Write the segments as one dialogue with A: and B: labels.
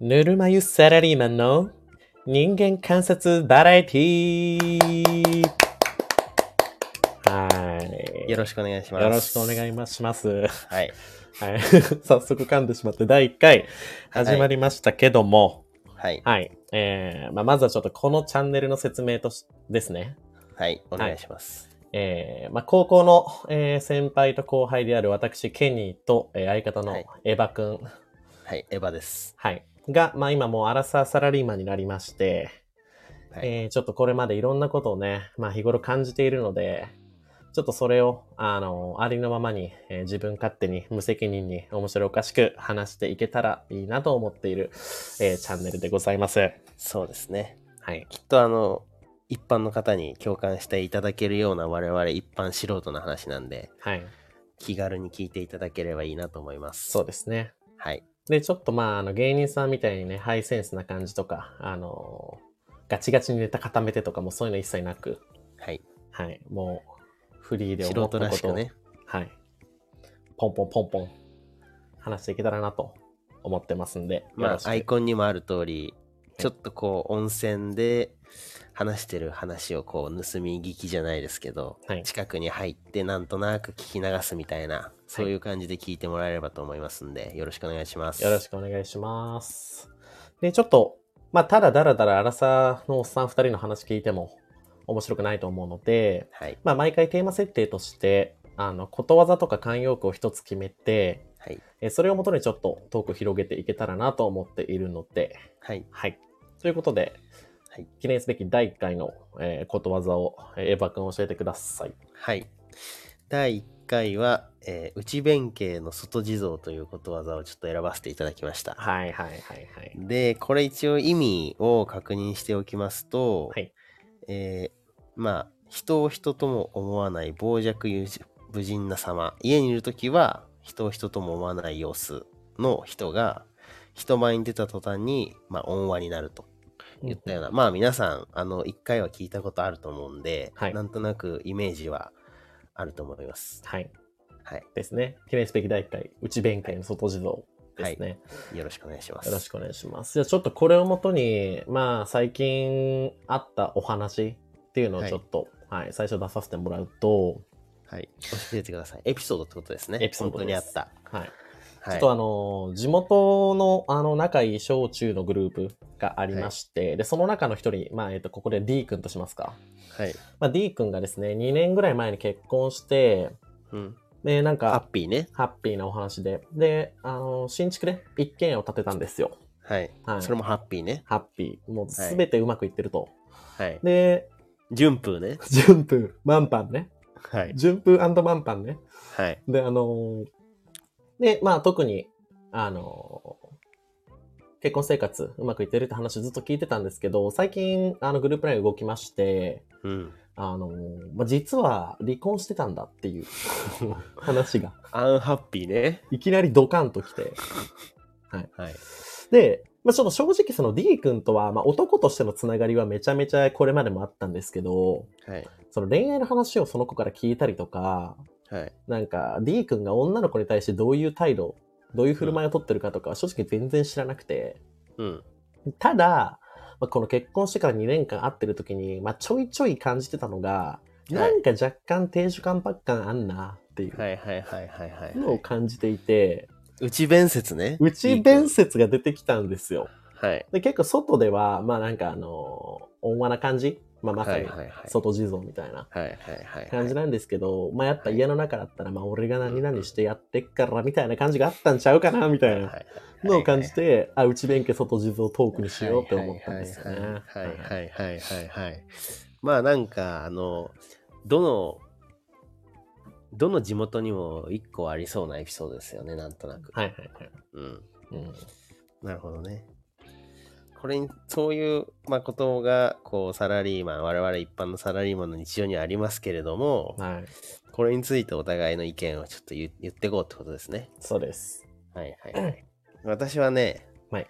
A: ぬるま湯サラリーマンの人間観察バラエティー。はい。
B: よろしくお願いします。
A: よろしくお願いします。はい。
B: はい。
A: 早速噛んでしまって第1回始まりましたけども、
B: はい。
A: はい。えーまあ、まずはちょっとこのチャンネルの説明としですね。
B: はい。お願いします。
A: えーまあ、高校の、えー先輩と後輩である私、ケニーと、えー相方の
B: はい
A: エヴァくん、
B: はい。エヴァです。
A: はい。が、まあ今もうアラサーサラリーマンになりまして、
B: はい
A: えーちょっとこれまでいろんなことをね、まあ日頃感じているので、ちょっとそれを、あの、ありのままに、えー自分勝手に無責任に面白おかしく話していけたらいいなと思っている、えーチャンネルでございます。
B: そうですね。
A: はい。
B: きっとあの、一般の方に共感していただけるような我々一般素人の話なんで、
A: はい。
B: 気軽に聞いていただければいいなと思います。
A: そうですね。
B: はい。
A: で、ちょっとまあ、あの、芸人さんみたいにね、ハイセンスな感じとか、あの、ガチガチにネタ固めてとかもそういうの一切なく、
B: はい。
A: はい。もう、フリーで思
B: 素
A: った
B: 人
A: こ
B: らし
A: と
B: く
A: を
B: ね。
A: はい。ポンポンポンポン、話していけたらなと思ってますんで、よ
B: ま
A: ろし
B: あ、
A: く
B: アイコンにもある通り、ちょっとこう、温泉で話してる話をこう、盗み聞きじゃないですけど、
A: はい
B: 近くに入ってなんとなく聞き流すみたいな、そういう感じで聞いてもらえればと思いますんで、よろしくお願いします。
A: よろしくお願いします。で、ちょっと、まあ、ただだらだら荒さのおっさん2人の話聞いても面白くないと思うので、
B: はい。
A: まあ、毎回テーマ設定として、あの、ことわざとか慣用句を一つ決めて、
B: はい。
A: えそれをもとにちょっとトークを広げていけたらなと思っているので、
B: はい。
A: はい。ということで、
B: はい
A: 記念すべき第1回の、えーことわざを、えーエヴァ君教えてください。
B: はい。第1回は、えー内弁慶の外地蔵ということわざをちょっと選ばせていただきました。
A: はいはいはいはい。
B: で、これ一応意味を確認しておきますと、
A: はい
B: えーまあ、人を人とも思わない傍若無人な様。家にいるときは、人を人とも思わない様子の人が、人前に出た途端に、まあ、恩和になると言ったような。まあ、皆さん、あの、一回は聞いたことあると思うんで、
A: はい
B: なんとなくイメージはあると思います。
A: はい。
B: はい。
A: ですね。記念すべき第1回、内弁慶の外地蔵ですね、
B: よろしくお願いします。
A: よろしくお願いします。じゃあちょっとこれをもとに、まあ最近あったお話っていうのをちょっと、はい、最初出させてもらうと、
B: はい。教えてください。エピソードってことですね。
A: エピソード
B: 本当に
A: で
B: あ
A: す
B: った。はい。
A: はい。ちょっとあのー地元のあの仲いい小中のグループがありまして、で、その中の一人、まあ、えっと、ここで D 君としますか。
B: はい。
A: まあ、D 君がですね、2年ぐらい前に結婚して、
B: うん。
A: で、なん
B: ハ
A: か
B: ッ、ピーね。
A: ハッピーなお話で。で、あの、新築で一軒家を建てたんですよ。
B: はい。
A: はい
B: それもハッピーね。
A: ハッピー。もうすべてうまくいってると。
B: はい。
A: で、
B: 順風ね。
A: 順風、満帆ね。
B: はい。
A: 順風満帆ね。
B: はい。
A: で、あので、まあ特に、あの結婚生活うまくいってるって話ずっと聞いてたんですけど、最近、あの、グループ内動きまして、
B: うん。
A: あのまあ、実は離婚してたんだっていう話が、
B: アンハッピーね。
A: いきなりドカンときて、
B: はい。
A: で、まあ、ちょっと正直その D 君とは、まあ、男としてのつながりはめちゃめちゃこれまでもあったんですけど、
B: はい。
A: その恋愛の話をその子から聞いたりとか、
B: はい。
A: なんか D 君が女の子に対してどういう態度、どういう振る舞いをとってるかとかは正直全然知らなくて、
B: うん。
A: ただ、まあ、この結婚してから2年間会ってる時に、まあ、ちょいちょい感じてたのが、なんか若干亭主関白感あんなっていう
B: はいはいはいはいはい
A: の
B: は
A: を
B: い。
A: 感じていて、
B: 内弁説ね。
A: 内弁説が出てきたんですよ。
B: はい。
A: で、結構外では、まあなんかあのー温和な感じまあまさ
B: はい
A: に
B: はいはい。
A: 外地蔵みたいな
B: はいはいはい。
A: 感じなんですけど、まあやっぱ
B: はい
A: 家の中だったら、まあ俺が何々してやってっからみたいな感じがあったんちゃうかなみたいなのを感じて、あ、内弁慶外地蔵トークにしようって思ったんですよね。
B: はいはいはいはいはい。まあなんか、あの、どの、どの地元にも一個ありそうなエピソードですよね、なんとなく。
A: はいはいはい。
B: うん。
A: うん
B: なるほどね。これに、そういう、まあ、ことが、こう、サラリーマン、我々一般のサラリーマンの日常にはありますけれども、
A: はい。
B: これについてお互いの意見をちょっと言言っていこうってことですね。
A: そうです。
B: はいはいはい。私はね、
A: はい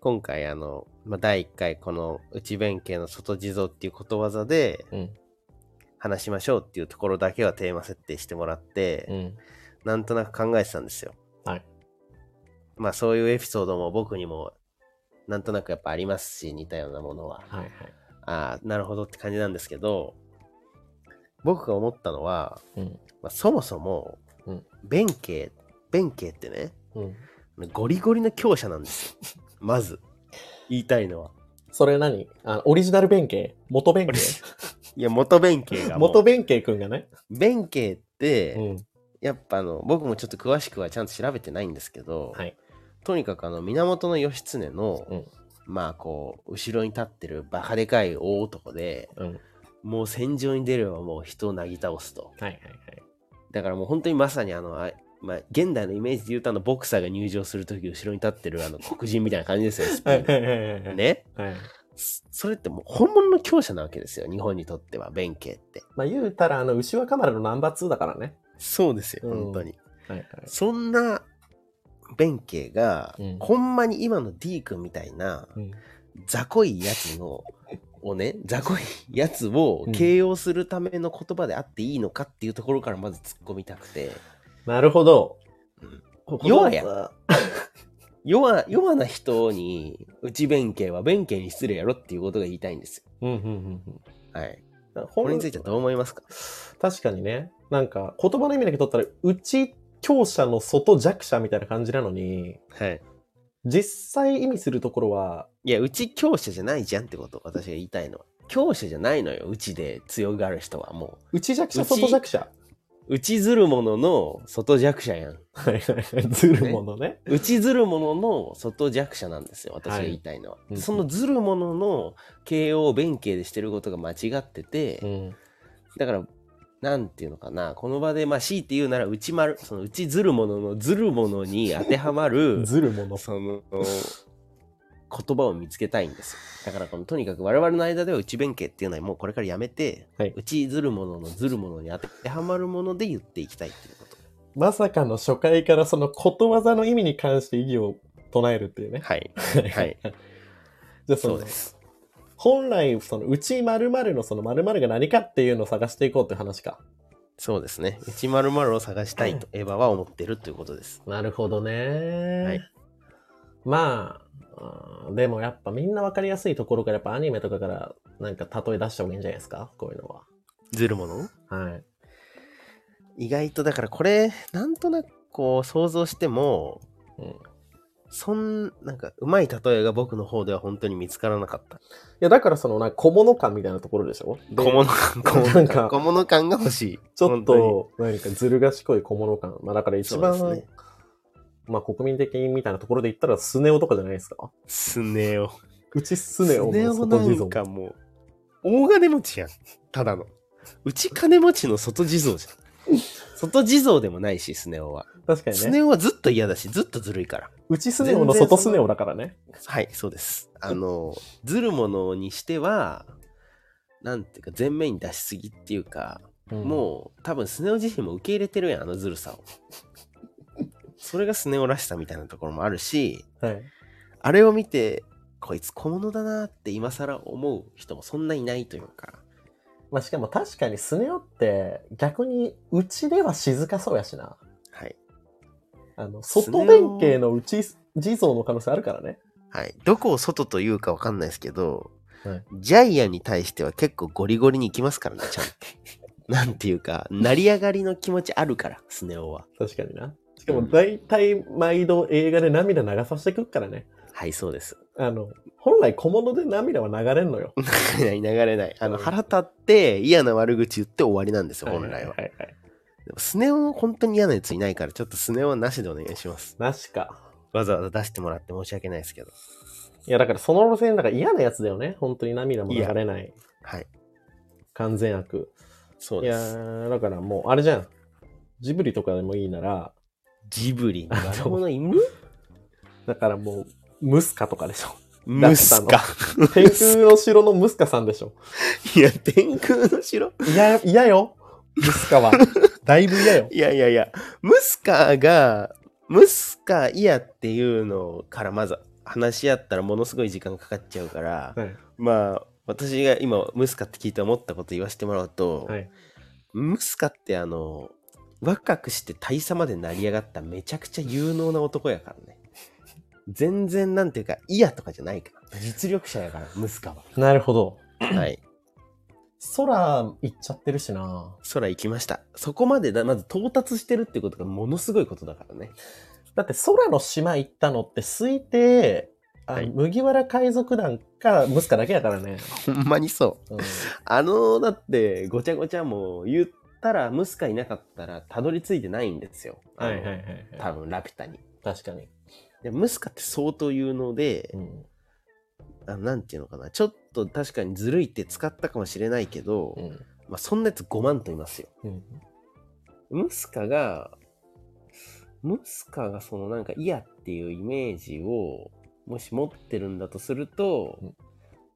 B: 今回、あの、まあ、第1回、この内弁慶の外地蔵っていうことわざで
A: うん。
B: 話しましょうっていうところだけはテーマ設定してもらって、
A: うん。
B: なんとなく考えてたんですよ。
A: はい。
B: まあそういうエピソードも僕にもなんとなくやっぱありますし、似たようなものは。
A: はいはい。
B: ああ、なるほどって感じなんですけど、僕が思ったのは、
A: うん。
B: まあ、そもそも
A: うん、
B: 弁慶、弁慶ってね、
A: うん。
B: ゴリゴリの強者なんですよ。 まず、言いたいのは。
A: それ何あのオリジナル弁慶元弁
B: オリ
A: 慶
B: いや、元弁慶がもう。
A: 元弁慶くんがね。
B: 弁慶って、
A: うん。
B: やっぱあの、僕もちょっと詳しくはちゃんと調べてないんですけど、
A: はい。
B: とにかくあの、源義経の、
A: うん
B: まあこう、後ろに立ってるバカでかい大男で、
A: うん。はい
B: もう戦場に出ればもう人をなぎ倒すと。
A: はいはい。
B: だからもう本当にまさにあの、あまあ、現代のイメージで言うとあの、ボクサーが入場するとき後ろに立ってるあの、黒人みたいな感じですよ、スピ
A: は
B: ー
A: い
B: ド
A: はいはいはい。。
B: ね。
A: はい。
B: そそれってもう本物の強者なわけですよ、日本にとっては、弁慶って。
A: まあ言うたら、あの、牛若丸のナンバー2だからね。
B: そうですよ、
A: うん
B: 本当に。
A: はいはい。
B: そんな弁慶が、
A: うん
B: ほんまに今の D 君みたいな、
A: うん。
B: 雑魚いやつの、をね、雑魚いやつを形容するための言葉であっていいのかっていうところからまず突っ込みたくて、
A: なるほど。
B: 弱やん
A: や。
B: 弱、弱な人に、うち弁慶は弁慶に失礼やろっていうことが言いたいんです
A: う
B: よ。
A: んうんうんうん。
B: はい。
A: こ
B: これについてはどう思いますか
A: 確かにね、なんか言葉の意味だけ取ったら、うち強者の外弱者みたいな感じなのに、
B: はい。
A: 実際意味するところは、
B: いや、うち強者じゃないじゃんってこと、私が言いたいのは。強者じゃないのよ、うちで強がる人はもう。
A: うち弱者、
B: うち
A: 外弱者。
B: 打ちずる者の外弱者やん。
A: はいはいはい。ずるものね。
B: 打ちずる者の外弱者なんですよ、私が言いたいのは。
A: いうん
B: そのずる者の形容を弁慶でしてることが間違ってて、
A: うん。
B: だから、なんていうのかな、この場で、まあ、強いて言うなら、打ち丸、その打ちずる者のずる者に当てはま る、
A: ずるもの。
B: その、言葉を見つけたいんですよ。だからこの、とにかく我々の間では内弁慶っていうのはもうこれからやめて、
A: はい
B: 打ちずる者のずる者に当てはまるもので言っていきたいっていうこと。
A: まさかの初回からそのことわざの意味に関して意義を唱えるっていうね。
B: はい。はい。
A: じゃあその
B: そうです。
A: 本来、そのうち〇〇のその〇〇が何かっていうのを探していこうっていう話か。
B: そうですね。100を探したいとエヴァは思ってるということです。
A: なるほどね。
B: はい
A: まああー、でもやっぱみんなわかりやすいところからやっぱアニメとかからなんか例え出した方がいいんじゃないですかこういうのは。
B: ずるもの
A: はい。
B: 意外とだからこれ、なんとなくこう想像しても、
A: うん、い
B: そん、なんかうまい例えが僕の方では本当に見つからなかった。
A: や、だからそのなんか小物感みたいなところでしょで
B: 小 物感、小
A: なん
B: 物
A: か
B: 感、小物感が欲しい。
A: ちょっ
B: 本
A: と何かずる賢い小物感。まあだから
B: 当に、
A: 一
B: そうで
A: 番、
B: すね。
A: まあ国民的みたいなところで言ったらスネ夫とかじゃないですか
B: スネ夫。
A: うちスネ夫
B: スネ
A: の
B: 夫
A: 外
B: な
A: 地蔵
B: ん。かもう、大金持ちやん。ただの。うち金持ちの外地蔵じゃん。 外地蔵でもないし、スネ夫は。
A: 確かに
B: ス
A: ね。
B: ネ夫はずっと嫌だし、ずっとずるいから。
A: うちスネ夫の外スネ夫だからね。
B: はい、そうです。あの、ずるものにしては、なんていうか、前面に出しすぎっていうか、
A: うん。
B: もう、多分、スネ夫自身も受け入れてるやん、あのずるさを。それがスネ夫らしさみたいなところもあるし、
A: はい。
B: あれを見て、こいつ小物だなって今更思う人もそんないないというか、
A: まあしかも確かにスネ夫って逆にうちでは静かそうやしな。
B: はい。
A: あの、
B: ス
A: 外
B: ネ
A: 弁
B: 夫
A: 慶のうち地蔵の可能性あるからね。
B: はい。どこを外というかわかんないですけど、
A: はい
B: ジャイアンに対しては結構ゴリゴリに行きますからね、ちゃんと。なんていうか、成り上がりの気持ちあるから、スネ夫は。
A: 確かにな。しかも大体毎度映画で涙流させてくっからね。
B: はい、そうです。
A: あの、本来小物で涙は流れんのよ。
B: 流れ ない、流れない。あの、
A: うん
B: 腹立って嫌な悪口言って終わりなんですよ、 本
A: い
B: 来は。
A: いはい。
B: でもスネ夫、本当に嫌なやついないから、ちょっとスネ夫はなしでお願いします。
A: なしか。
B: わざわざ出してもらって申し訳ないですけど。
A: いやだからその路線だから嫌なやつだよね。本当に涙も流れない。
B: はい。
A: 完全悪。
B: そう
A: い
B: で
A: や
B: す。
A: ーだからもうあれじゃん。ジブリとかでもいいなら、
B: ジブリに
A: あの
B: 悪者いる
A: だからもう、ムスカとかでしょ。
B: ムスカ。
A: 天空の城のムスカさんでしょ。
B: いや、天空の城
A: いや、嫌よ。ムス カは。だいぶ嫌よ。
B: いやいやいや、ムスカが、ムスカ嫌っていうのからまず話し合ったらものすごい時間かかっちゃうから、
A: はい。
B: まあ、私が今、ムスカって聞いて思ったこと言わせてもらうと、
A: はい。
B: ムスカってあの、若くして大佐まで成り上がっためちゃくちゃ有能な男やからね。全然なんていうか、嫌とかじゃないから。実力者やから、ムスカは。
A: なるほど。
B: はい。
A: 空行っちゃってるしな。
B: 空行きました。そこまでだ、まず到達してるってことがものすごいことだからね。
A: だって空の島行ったのって推定、あ
B: はい
A: 麦わら海賊団かムスカだけやからね。
B: ほんまにそう。
A: うん
B: あの、だって、ごちゃごちゃもう言ったら、ムスカいなかったら、たどり着いてないんですよ。。
A: はいはいはいいは
B: 多分、ラピュタに。
A: い。確かに。
B: で、ムスカって相当有能で、
A: うん。
B: あのなんていうのかな、ちょっと確かにずるいって使ったかもしれないけど、
A: うん。
B: まあ、そんなやつ5万といますよ。
A: うん。
B: ムスカが、ムスカがそのなんか嫌っていうイメージを、もし持ってるんだとすると
A: うん、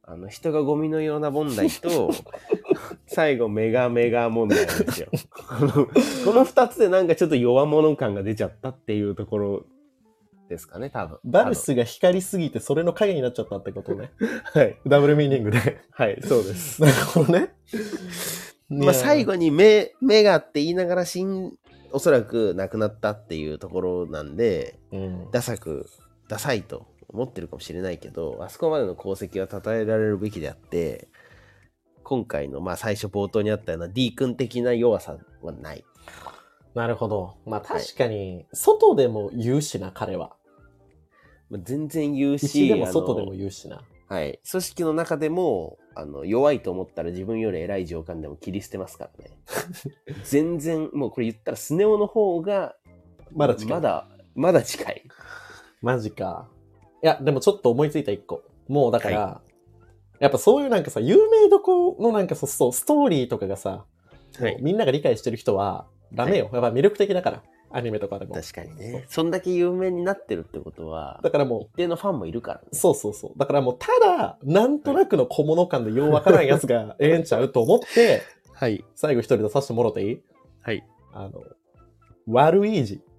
B: あの人がゴミのような問題 と、最後メガメガ問題なんですよ。あのこの2つでなんかちょっと弱者感が出ちゃったっていうところですかね、多分。
A: バルスが光りすぎて、それの影になっちゃったってこと ね。
B: あの。はい。
A: ダブルミーニングで。
B: はい、そうです。
A: なるほど ね。
B: まあ、最
A: 後。
B: 後に目、目がって言いながら死ん、おそらく亡くなったっていうところなんで、
A: うん。
B: ダサく、ダサいと思ってるかもしれないけど、あそこまでの功績は称えられるべきであって、今回の、まあ最初冒頭にあったような D 君的な弱さはない。
A: なるほど。まあ
B: はい
A: 確かに、外でも言うしな、彼は。
B: まあ全然言う
A: う
B: し、
A: でも
B: あの
A: 外でも言うしな。
B: はい。組織の中でも、あの、弱いと思ったら自分より偉い上官でも切り捨てま すからね。全然、もうこれ言ったらスネ夫の方が、
A: まだ近い
B: まだ、まだ近い。
A: マジか。いや、でもちょっと思いついた一個。もうだから、やっぱそういうなんかさ、有名どこのなんかそうそう、ストーリーとかがさ、
B: はい
A: みんなが理解してる人は、ダメよ。やっぱ魅力的だから、アニメとかでも。
B: 確かにね。そんだけ有名になってるってことは、
A: だからも
B: 一定のファンもいるからね
A: う、。そうそうそう。だからもう、ただ、なんとなくの小物感でようわからんやつ がええんちゃうと思って、
B: はい。
A: 最後一人出させてもろていい
B: はい。
A: あの、悪ルイージ。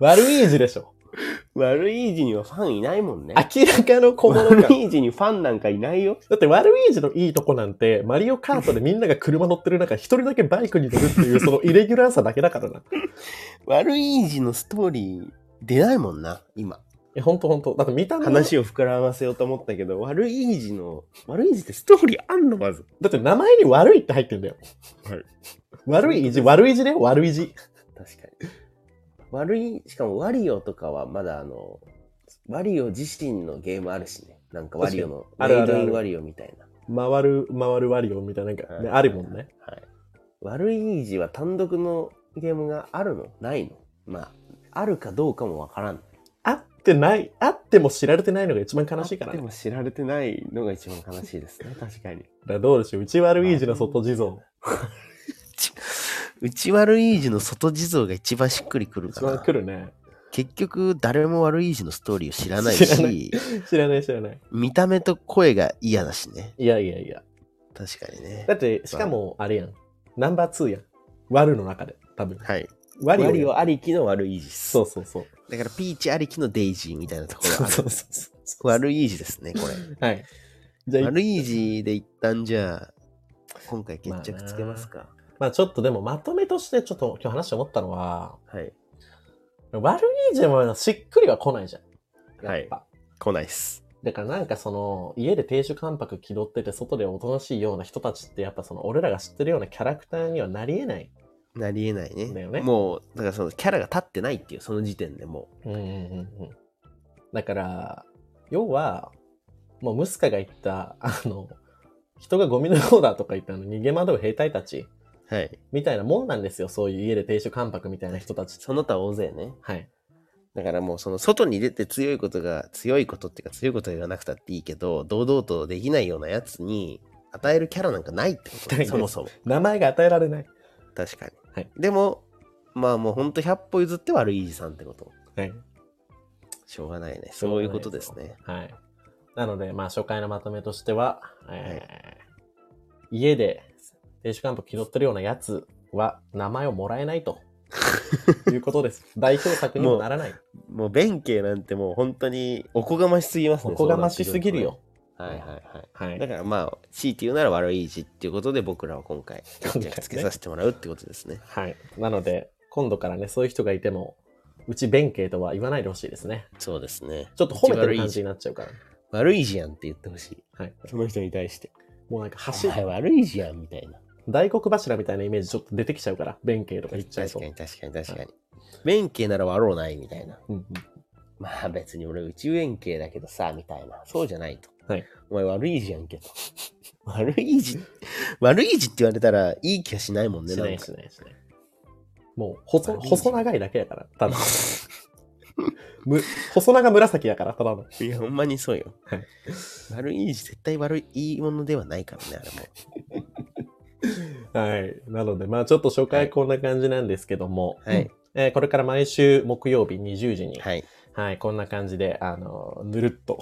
A: 悪ルイージでしょ。
B: 悪い字にはファンいないもんね。
A: 明らかの小物感
B: 悪。い字にファンなんかいないよ。
A: だって、ワルイージのいいとこなんて、マリオカートでみんなが車乗ってる中、一人だけバイクに乗るっていう、そのイレギュラーさだけだからな。い
B: 悪い字のストーリー出ないもんな、今。
A: や、ほんとほんと。だって見た目、
B: 話を膨らませようと思ったけど、悪い字の、悪い字ってストーリーあんのまず。
A: だって名前に悪いって入ってんだよ。
B: はい。
A: 悪い意地、悪い意地ね、悪い意地。
B: 確かに。悪い、しかもワリオとかはまだあの、ワリオ自身のゲームあるしね。なんかワリオの、
A: 確かにあるあるあ
B: メ
A: る
B: イドインワリオみたいな。
A: 回る、回るワリオみたいな、なんか、ね、
B: はい
A: あるもんね。
B: はい。悪いイージは単独のゲームがあるのないのまあ、あるかどうかもわからん。
A: あってない、あっても知られてないのが一番悲しいから
B: で
A: ね。
B: も知られてないのが一番悲しいです ね。確かに。
A: だからどうでしょう、うち悪い意地の外地蔵。
B: うち悪いイージの外地蔵が一番しっくりくる
A: 一
B: か
A: 番
B: ら
A: 来。るね。
B: 結局、誰も悪いイージのストーリーを知らないし、
A: 知らな知らない知らない。
B: 見た目と声が嫌だしね。
A: いやいやいや。
B: 確かにね
A: だ。って、しかも、あれやん。ナンバー2やん。悪の中で、多分。
B: はい。
A: ワリオやん。
B: ありきの悪いイージ
A: そうそうそう。
B: だから、ピーチありきのデイジーみたいなところがある。
A: うそうそ
B: 悪いイージですね、これ。
A: う。はい。じゃあ、
B: 悪い字で一旦じゃあ、今回決着つけますか。
A: まあちょっとでもまとめとしてちょっと今日話して思ったのは、
B: はい。
A: 悪いじゃんしっくりは来ないじゃん。やっぱ。
B: 来ないっす。
A: だからなんかその、家で亭主関白気取ってて外でおとなしいような人たちってやっぱその、俺らが知ってるようなキャラクターにはなり得ない。
B: なりえないね。
A: だよね
B: もう、だからそのキャラが立ってないっていう、その時点でも
A: うんうんうんうん。だから、要は、もうムスカが言った、あの、人がゴミのようだとか言ったあの逃げ惑う兵隊たち
B: う。はい。
A: みたいなもんなんですよ。そういう家で亭主関白みたいな人たちって。
B: その他大勢ね。
A: はい。
B: だからもうその外に出て強いことが、強いことっていうか強いこと言わなくたっていいけど、堂々とできないようなやつに与えるキャラなんかないってこ
A: な
B: と
A: いで
B: ね、
A: す
B: そもそも。
A: 名前が与えられない。
B: 確かに。
A: はい
B: でも、まあもうほんと100歩譲って悪い字さんってこと。
A: はい。
B: しょうがないね。そういうことですね。。
A: はい。なので、まあ、初回のまとめとしては、えー家で、亭主関白気取ってるようなやつは、名前をもらえないと。いうこと です。代表作にもならない。
B: もう弁慶なんてもう本当におこがましすぎますね。
A: おこがましすぎるよ。
B: そうなってくるとね。はいはいはい。
A: はい
B: だ。からまあ、強いて言うなら悪い字っていうことで僕らは今回、
A: 今回ね
B: 決着つけさせてもらうってことですね。
A: はい。なので、今度からね、そういう人がいても、うち弁慶とは言わないでほしいですね。
B: そうですね。
A: ちょっと褒めてる感じになっちゃうから。
B: 悪いじゃんって言ってほしい。
A: はい。
B: その人に対して。
A: もうなんか
B: お
A: 橋、
B: 前悪いじゃんみたいな。
A: 大黒柱みたいなイメージちょっと出てきちゃうから、弁慶とか言っちゃう
B: 確
A: と
B: か。に確かに確かに。弁慶なら悪うないみたいな。
A: うんうん
B: まあ別に俺宇宙弁慶だけどさ、みたいな。そうじゃないと。
A: はい
B: お前悪いじゃんけど。 悪いじ、悪いじって言われたらいい気がしないもんね。
A: しない
B: んか
A: しないしない。もう細、細長いだけやから、ただ。 む細長紫やから、ただの。
B: いや、ほんまにそうよ。
A: はい
B: 悪い字、絶対悪い、いいものではないからね、あれも。
A: はい。なので、まあちょっと初回こんな感じなんですけども、
B: はい
A: えーこれから毎週木曜日20時 に、はい、
B: はい。
A: こんな感じで、あの、ぬるっと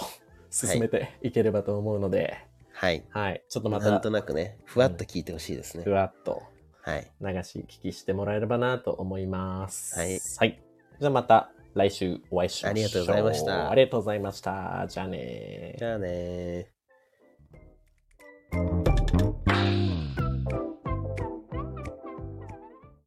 A: 進めていければと思うので、
B: はい。
A: はい。ちょっとま
B: なん
A: た
B: と、なくね、ふわっと聞いてほしいですね
A: ふ。わっと
B: はい。
A: 流し聞きしてもらえればなと思います。
B: はい
A: はい。じゃあまた来週お会いしましょう。
B: ありがとうございました
A: ありがとうございました。じゃあねー
B: じゃあねー。